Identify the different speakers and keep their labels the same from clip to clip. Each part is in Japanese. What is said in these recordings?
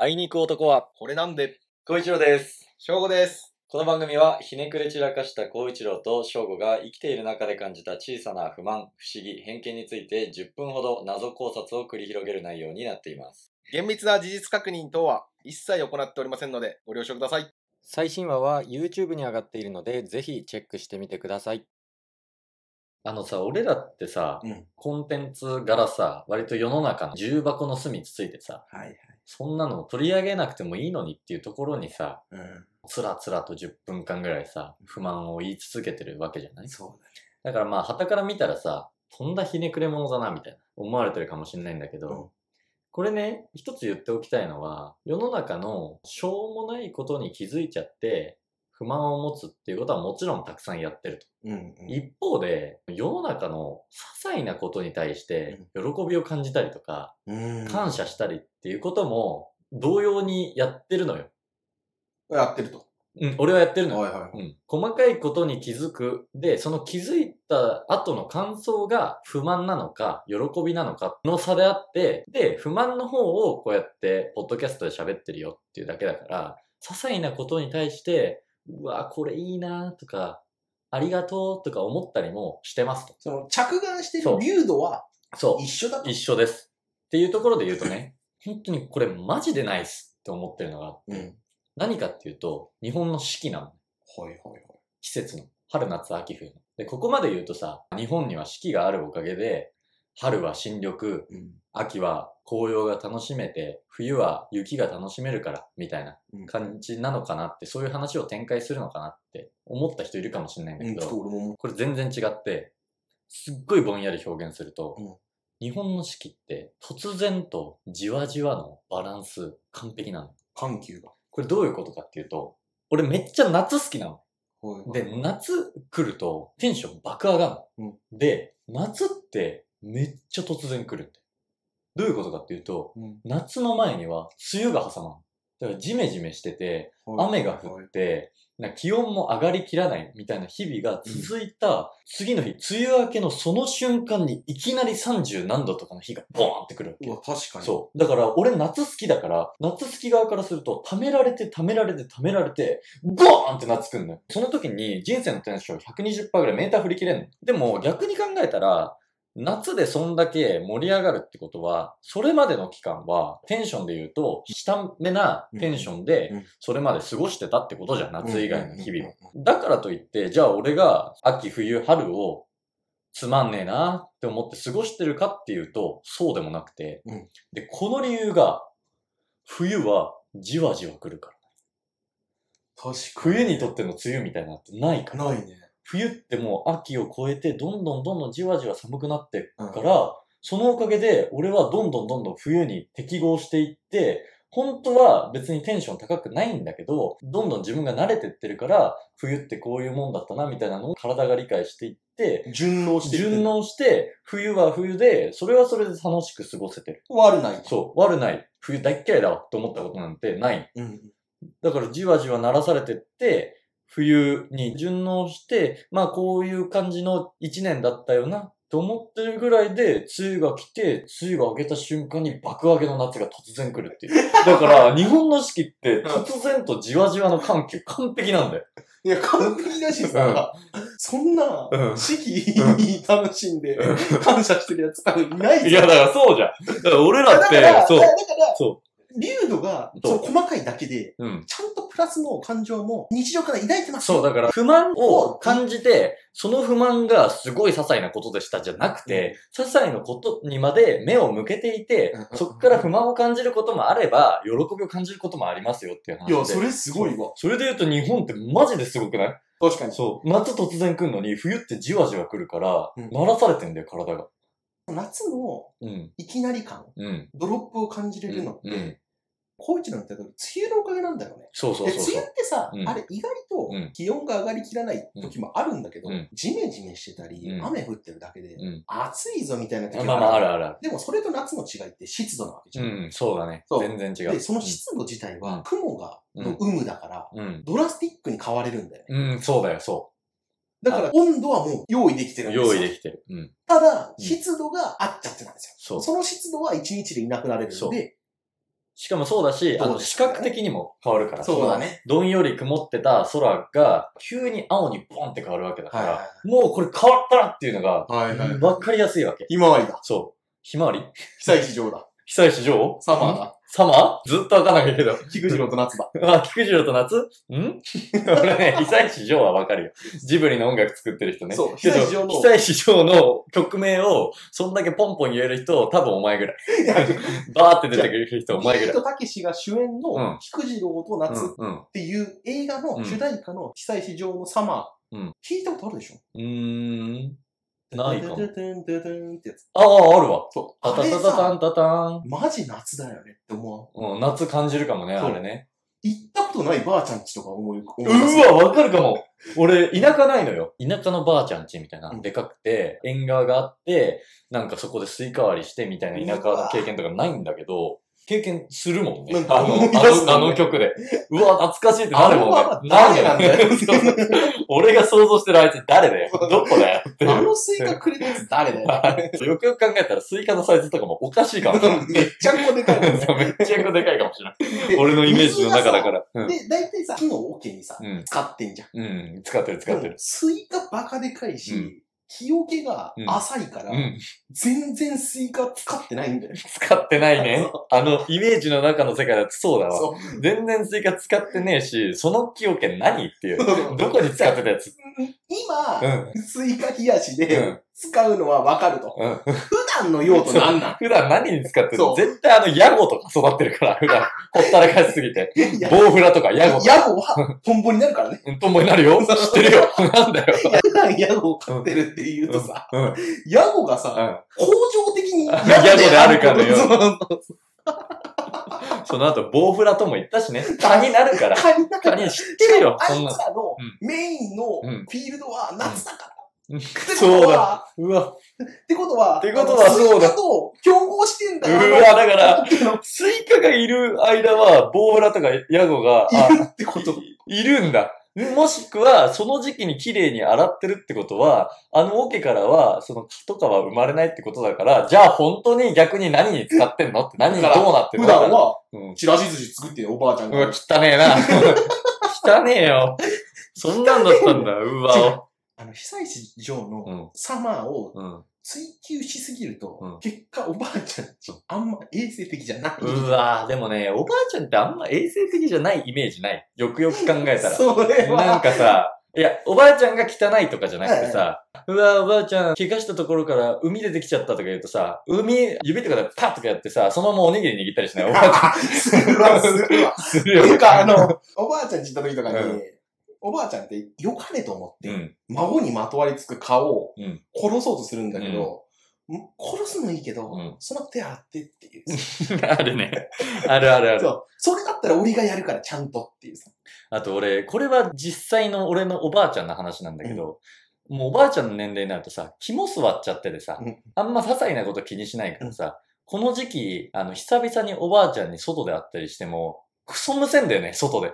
Speaker 1: あいに行く男は、
Speaker 2: これなんで、
Speaker 1: 孝一郎です。
Speaker 2: 翔吾です。
Speaker 1: この番組は、ひねくれ散らかした孝一郎と翔吾が生きている中で感じた小さな不満、不思議、偏見について10分ほど謎考察を繰り広げる内容になっています。
Speaker 2: 厳密な事実確認等は一切行っておりませんので、ご了承ください。
Speaker 1: 最新話は YouTube に上がっているので、ぜひチェックしてみてください。あのさ、俺らってさ、
Speaker 2: うん
Speaker 1: コンテンツ柄さ、割と世の中の重箱の隅つついてさ、
Speaker 2: はいはい。
Speaker 1: そんなの取り上げなくてもいいのにっていうところにさ、
Speaker 2: う
Speaker 1: つらつらと10分間ぐらいさ、不満を言い続けてるわけじゃない
Speaker 2: そうだね。
Speaker 1: だからまあ、旗から見たらさ、とんだひねくれ者だな、みたいな、思われてるかもしれないんだけど、
Speaker 2: うん
Speaker 1: これね、一つ言っておきたいのは、世の中のしょうもないことに気づいちゃって、不満を持つっていうことはもちろんたくさんやってると。
Speaker 2: うん、うん。
Speaker 1: 一方で、世の中の些細なことに対して、喜びを感じたりとか、
Speaker 2: うん
Speaker 1: 感謝したりっていうことも、同様にやってるのよ。
Speaker 2: やってると。
Speaker 1: うん、俺はやってるのよ。
Speaker 2: はいは
Speaker 1: うん、細かいことに気づく。で、その気づいた後の感想が不満なのか、喜びなのかの差であって、で、不満の方をこうやって、ポッドキャストで喋ってるよっていうだけだから、些細なことに対して、うわ、これいいなとか、ありがとうとか思ったりもしてますと。
Speaker 2: その着眼して
Speaker 1: そう
Speaker 2: る流度は
Speaker 1: そ
Speaker 2: 一緒だ
Speaker 1: う。
Speaker 2: と。
Speaker 1: 一緒です。っていうところで言うとね、本当にこれマジでないっすって思ってるのがあって、
Speaker 2: うん。はい
Speaker 1: 何かっていうと、日本の四季なの。
Speaker 2: はいはい。
Speaker 1: 季節の。春、夏、秋、冬の。で、ここまで言うとさ、日本には四季があるおかげで、春は新緑、
Speaker 2: うん。
Speaker 1: 秋は紅葉が楽しめて、冬は雪が楽しめるから、みたいな
Speaker 2: うん
Speaker 1: 感じなのかなって、そういう話を展開するのかなって思った人いるかもしれないんだ
Speaker 2: う
Speaker 1: け
Speaker 2: ん、ちょ
Speaker 1: ど、
Speaker 2: っと俺も思う。
Speaker 1: これ全然違って、すっごいぼんやり表現すると、
Speaker 2: うん
Speaker 1: 日本の四季って突然とじわじわのバランス完璧なの。
Speaker 2: 緩急が。
Speaker 1: これどういうことかっていうと、俺めっちゃ夏好きなの。
Speaker 2: はいはい
Speaker 1: で、夏来るとテンション爆上がるの、で、夏ってめっちゃ突然来るって。どういうことかっていうと、
Speaker 2: うん
Speaker 1: 夏の前には梅雨が挟まん。だからジメジメしてて、
Speaker 2: はい
Speaker 1: 雨が降って、なんか気温も上がりきらないみたいな日々が続いた次の日、梅雨明けのその瞬間にいきなり30何度とかの日がボーンって来るわけ
Speaker 2: う。わ、確かに。
Speaker 1: そう。だから、俺夏好きだから、夏好き側からすると、溜められて、溜められて、溜められて、ゴーンって夏来んのよ。その時に人生のテンション120%ぐらいメーター振り切れんの。でも、逆に考えたら、夏でそんだけ盛り上がるってことは、それまでの期間は、テンションで言うと、下めなテンションで
Speaker 2: うんうん、
Speaker 1: それまで過ごしてたってことじゃん、夏以外の日々を
Speaker 2: うんうんうんうん。
Speaker 1: だからといって、じゃあ俺が秋、冬、春をつまんねえなって思って過ごしてるかっていうと、そうでもなくて、
Speaker 2: うん
Speaker 1: で、この理由が、冬はじわじわ来るから。
Speaker 2: 確か
Speaker 1: 冬にとっての梅雨みたいなのってないから。
Speaker 2: に。ないね。
Speaker 1: 冬ってもう秋を越えて、どんどんどんどんじわじわ寒くなってく
Speaker 2: うん
Speaker 1: から、そのおかげで、俺はどんどんどんどん冬に適合していって、本当は別にテンション高くないんだけど、どんどん自分が慣れてってるから、冬ってこういうもんだったな、みたいなのを体が理解していって、
Speaker 2: 順応していく
Speaker 1: 順応して、冬は冬で、それはそれで楽しく過ごせてる。
Speaker 2: 悪ない。
Speaker 1: そう、悪ない。冬大っ嫌いだわと思ったことなんてない。
Speaker 2: うん。
Speaker 1: だからじわじわ鳴らされてって、冬に順応して、まあこういう感じの一年だったよな、と思ってるぐらいで、梅雨が来て、梅雨が明けた瞬間に爆上げの夏が突然来るっていう。だから、日本の四季って突然とじわじわの緩急完璧なんだよ。
Speaker 2: いや、完璧だしさ、そんな
Speaker 1: う、ん
Speaker 2: 四季に楽しんで、感謝してるやつ多分いない
Speaker 1: いや、だからそうじゃん。だから俺ら
Speaker 2: だ
Speaker 1: っ
Speaker 2: か
Speaker 1: て
Speaker 2: ら、、
Speaker 1: そう
Speaker 2: だか。ら、
Speaker 1: そ
Speaker 2: 流度が、
Speaker 1: そ
Speaker 2: そうの細かいだけで、
Speaker 1: う。うん。
Speaker 2: ちゃんとプラスの感情も日常から抱いてます
Speaker 1: そう、
Speaker 2: だ。
Speaker 1: だから不満を感じて、その不満がすごい些細なことでしたじゃなくて、些細なことにまで目を向けていて
Speaker 2: うんうんう、ん
Speaker 1: そこから不満を感じることもあれば、喜びを感じることもありますよっていう話
Speaker 2: い
Speaker 1: で。
Speaker 2: や、それすごいわ。
Speaker 1: それで言うと日本ってマジですごくない
Speaker 2: 確かに。
Speaker 1: そう。夏突然来るのに、冬ってじわじわ来るから、
Speaker 2: うん
Speaker 1: 鳴らされてんだよ、体が。
Speaker 2: 夏の
Speaker 1: うん。
Speaker 2: いきなり感、
Speaker 1: うん。
Speaker 2: ドロップを感じれるのっ
Speaker 1: うんうん
Speaker 2: て、高一なんて、梅雨のおかげなんだよね。
Speaker 1: そうそう
Speaker 2: で
Speaker 1: そうそ
Speaker 2: 梅
Speaker 1: う
Speaker 2: 雨。ってさ、
Speaker 1: うん
Speaker 2: あれ意外と
Speaker 1: うん
Speaker 2: 気温が上がりきらない時もあるんだけど、
Speaker 1: うん
Speaker 2: ジメジメしてたり、
Speaker 1: うん
Speaker 2: 雨降ってるだけで、
Speaker 1: うん。
Speaker 2: 暑いぞみたいな時
Speaker 1: まあまあ、あ
Speaker 2: る
Speaker 1: るあるあ
Speaker 2: でもそれと夏の違いって湿度なわけじゃん。
Speaker 1: る。うん、そうだね。
Speaker 2: そう
Speaker 1: 全然違う。
Speaker 2: で、その湿度自体
Speaker 1: うん
Speaker 2: は雲が、
Speaker 1: うん
Speaker 2: の有無だから、
Speaker 1: うん。
Speaker 2: ドラスティックに変われるんだよ
Speaker 1: う
Speaker 2: ね。
Speaker 1: ん、そうだよ、そ
Speaker 2: だから温度はもう用意できて
Speaker 1: う。
Speaker 2: るんですよ。
Speaker 1: 用意できてる。うん。
Speaker 2: ただ、
Speaker 1: うん
Speaker 2: 湿度があっちゃってなんです
Speaker 1: そ
Speaker 2: よ。
Speaker 1: う。
Speaker 2: その湿度は1日でいなくなれる
Speaker 1: そ
Speaker 2: ん
Speaker 1: う
Speaker 2: で、
Speaker 1: しかもそうだし、あ
Speaker 2: そう
Speaker 1: の、
Speaker 2: で
Speaker 1: 視
Speaker 2: すね
Speaker 1: 覚的にも変わるから。
Speaker 2: そうだね。
Speaker 1: その。どんより曇ってた空が、急に青にボンって変わるわけだか
Speaker 2: は
Speaker 1: ら、
Speaker 2: い
Speaker 1: もうこれ変わったなっていうのが、
Speaker 2: はい。はいはい。
Speaker 1: わかりやすいわけ。
Speaker 2: ひまわりだ。
Speaker 1: そう。ひまわり
Speaker 2: 久石城だ。
Speaker 1: 久石城
Speaker 2: サマーだ。
Speaker 1: サマーずっとわかんないけど。
Speaker 2: 菊次郎と夏だ。
Speaker 1: あ、菊次郎と夏ん 俺ね、久石城はわかるよ。ジブリの音楽作ってる人ね。
Speaker 2: そう
Speaker 1: けど
Speaker 2: 久石城の
Speaker 1: 久石城の曲名を、そんだけポンポン言える人、多分お前ぐらい。 バーって出てくる人、お前ぐらい。
Speaker 2: とたけしが主演
Speaker 1: うん
Speaker 2: の菊次郎と夏っ
Speaker 1: うん。うん
Speaker 2: ていう映画の主題歌の久石城のサマ
Speaker 1: う
Speaker 2: ー。
Speaker 1: ん
Speaker 2: 聞いたことあるでしょ
Speaker 1: うーん。ないかも
Speaker 2: てんてんてんてんってやつ。
Speaker 1: ああ、あるわ。
Speaker 2: そう。
Speaker 1: タ
Speaker 2: あ
Speaker 1: タ
Speaker 2: れ
Speaker 1: タタタ
Speaker 2: さ、
Speaker 1: ンタタン。
Speaker 2: マジ夏だよねって思う。
Speaker 1: うん、夏感じるかもね、
Speaker 2: そう
Speaker 1: あれね。
Speaker 2: 行ったことないばあちゃんちとか思い浮か
Speaker 1: うーわ、わかるかも。俺、田舎ないのよ。田舎のばあちゃん家みたいな
Speaker 2: う、ん
Speaker 1: でかくて、縁側があって、なんかそこでスイカ割りしてみたいな田舎の経験とかないんだけど、経験するもんね。
Speaker 2: なんか
Speaker 1: あの、
Speaker 2: 思い出す
Speaker 1: あ
Speaker 2: もんね
Speaker 1: の、あの曲で。うわ、懐かしいってなるもんね
Speaker 2: あれは。誰なんだよ
Speaker 1: るもんねそうそう俺が想像してるあいつ誰 だよ。どこだよっていう
Speaker 2: あのスイカくれたやつ誰 だよ。
Speaker 1: よくよく考えたら、スイカのサイズとかもおかしいかもし れない。
Speaker 2: めっちゃこでかいのね
Speaker 1: そうめっちゃくでかいかもしれない。俺のイメージの中だから。うん
Speaker 2: で、大体さ、木の桶にさ、
Speaker 1: うん。
Speaker 2: 使ってんじゃん。
Speaker 1: うん。使ってる使って
Speaker 2: で
Speaker 1: る
Speaker 2: も。スイカバカでかいし、
Speaker 1: うん
Speaker 2: 日よけが浅いか
Speaker 1: う
Speaker 2: ら、
Speaker 1: ん。
Speaker 2: 全然スイカ使ってないんだよ。
Speaker 1: 使ってないね
Speaker 2: そ。
Speaker 1: あの、イメージの中の世界だとそうだわ。
Speaker 2: そ
Speaker 1: 全然スイカ使ってねえし、その木桶何って いう。
Speaker 2: う。
Speaker 1: どこに使ってたやつ
Speaker 2: 今、
Speaker 1: うん。
Speaker 2: スイカ冷やし
Speaker 1: う
Speaker 2: で
Speaker 1: ん。
Speaker 2: 使うのはわかると。
Speaker 1: うん。
Speaker 2: 普段の用途な んなん
Speaker 1: 普段何に使ってる
Speaker 2: そう
Speaker 1: 絶対あの、ヤゴとか育ってるから、普段。ほったらかしすぎて。
Speaker 2: いや、
Speaker 1: 棒フラとかヤ
Speaker 2: ヤ
Speaker 1: ゴ
Speaker 2: ゴ。はトンボにな るからね。
Speaker 1: うん、ともになるよ。知ってるよ。 なんだよ。
Speaker 2: いや普段ヤゴを飼ってるって言うとさ、
Speaker 1: うん。うん。
Speaker 2: ヤゴがさ、恒常的にヤ
Speaker 1: ヤゴであるか
Speaker 2: のよ。
Speaker 1: その後、棒フラとも言ったしね。蚊になるから。
Speaker 2: 蚊にだか
Speaker 1: 蚊
Speaker 2: ら
Speaker 1: に知ってるよ。
Speaker 2: あい
Speaker 1: そんなの
Speaker 2: つ。らの
Speaker 1: うん
Speaker 2: メインの
Speaker 1: うん
Speaker 2: フィールドは夏だから。
Speaker 1: うん
Speaker 2: ってこと
Speaker 1: そう
Speaker 2: は、
Speaker 1: うわ。
Speaker 2: ってことは、
Speaker 1: ってことは
Speaker 2: あの
Speaker 1: そうだ
Speaker 2: スイカと競合してん
Speaker 1: う
Speaker 2: だ
Speaker 1: わ、
Speaker 2: よ。
Speaker 1: だから、スイカがいる間は、ボーラとかヤゴが、あ
Speaker 2: いるってこと。
Speaker 1: いるんだ。もしくは、その時期に綺麗に洗ってるってことは、あのオケからは、その蚊とかは生まれないってことだから、じゃあ本当に逆に何に使ってんのって何にど
Speaker 2: だ
Speaker 1: う
Speaker 2: から
Speaker 1: なってる
Speaker 2: 普
Speaker 1: の
Speaker 2: 段は、
Speaker 1: うん。
Speaker 2: チラシ寿司作ってるおばあちゃん
Speaker 1: う
Speaker 2: が
Speaker 1: わ、。汚ねえな。汚ねえよ。そんなんだったんだ。うわ。
Speaker 2: あの、被災地上
Speaker 1: う
Speaker 2: の
Speaker 1: ん。
Speaker 2: サマーを
Speaker 1: うん。
Speaker 2: 追求しすぎる
Speaker 1: う
Speaker 2: と
Speaker 1: ん、
Speaker 2: 結果おばあちゃんち、あんま衛生的じゃないう
Speaker 1: わでもね、おばあちゃんってあんま衛生的じゃないイメージない。よくよく考えたら。
Speaker 2: それ は、
Speaker 1: なんかさ、いや、おばあちゃんが汚いとかじゃなくてさ、うわ、おばあちゃん、怪我したところから海出てきちゃったとか言うとさ、海、指とかでパッとかやってさ、そのままおにぎり握ったりしないおばあち
Speaker 2: あするわ、する
Speaker 1: ゃ
Speaker 2: わ。
Speaker 1: んする
Speaker 2: という
Speaker 1: よ。
Speaker 2: か、あの、おばあちゃんち行った時とかに、
Speaker 1: うん
Speaker 2: おばあちゃんって良かれと思っ
Speaker 1: う
Speaker 2: て、
Speaker 1: ん。
Speaker 2: 孫にまとわりつく顔を
Speaker 1: うん。
Speaker 2: 殺そうとするんだけど、ん殺すのいいけど、
Speaker 1: うん
Speaker 2: その手あってっていう。
Speaker 1: あるね。あるあるあ
Speaker 2: そ
Speaker 1: る。
Speaker 2: う。それだったら俺がやるからちゃんとっていうさ。
Speaker 1: あと俺、これは実際の俺のおばあちゃんの話なんだけど、もうおばあちゃんの年齢になるとさ、肝座っちゃっててさ
Speaker 2: うん、
Speaker 1: あんま些細なこと気にしないからさ、この時期、あの、久々におばあちゃんに外で会ったりしても、クソむせんだよね、外 で。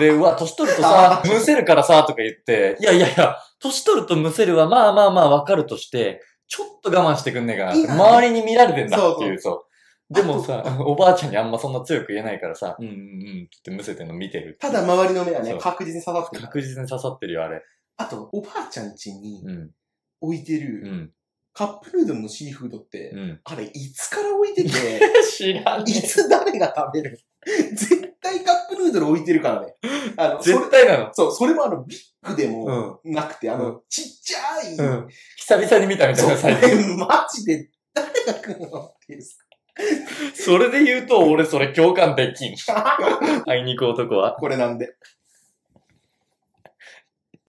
Speaker 1: で、うわ、年取るとさ
Speaker 2: あ、ー
Speaker 1: むせるからさ、とか言って、いやいやいや、年取るとむせるはまあまあまあわかるとして、ちょっと我慢してくんねえかなって、
Speaker 2: いいな
Speaker 1: 周りに見られてんだっていう、そう。でも
Speaker 2: あ
Speaker 1: さ、 おばあちゃんにあんまそんな強く言えないからさ、うんうんうんってむせてんの見てる。
Speaker 2: ただ、周りの目はね
Speaker 1: そ、う
Speaker 2: 確実に刺さってる。
Speaker 1: 確実に刺さってるよ、あれ。
Speaker 2: あと、おばあちゃん家に
Speaker 1: うん。
Speaker 2: 置いて
Speaker 1: う
Speaker 2: る
Speaker 1: ん。
Speaker 2: カップヌードルのシーフードって、
Speaker 1: うん。
Speaker 2: あれ、いつから置いてて、
Speaker 1: 知らん
Speaker 2: いつ誰が食べる絶対カップヌードル置いてるからね。あの、それ
Speaker 1: 絶対なの。
Speaker 2: そう、それもあの、ビッグで
Speaker 1: う
Speaker 2: も
Speaker 1: ん。
Speaker 2: なくて、あの、ちっちゃい、
Speaker 1: うん。久々に見たみたい
Speaker 2: そう
Speaker 1: な、最近。
Speaker 2: マジで誰が来るのっていうさ。
Speaker 1: それで言うと、俺それ共感できん。あいにく男は。
Speaker 2: これなんで。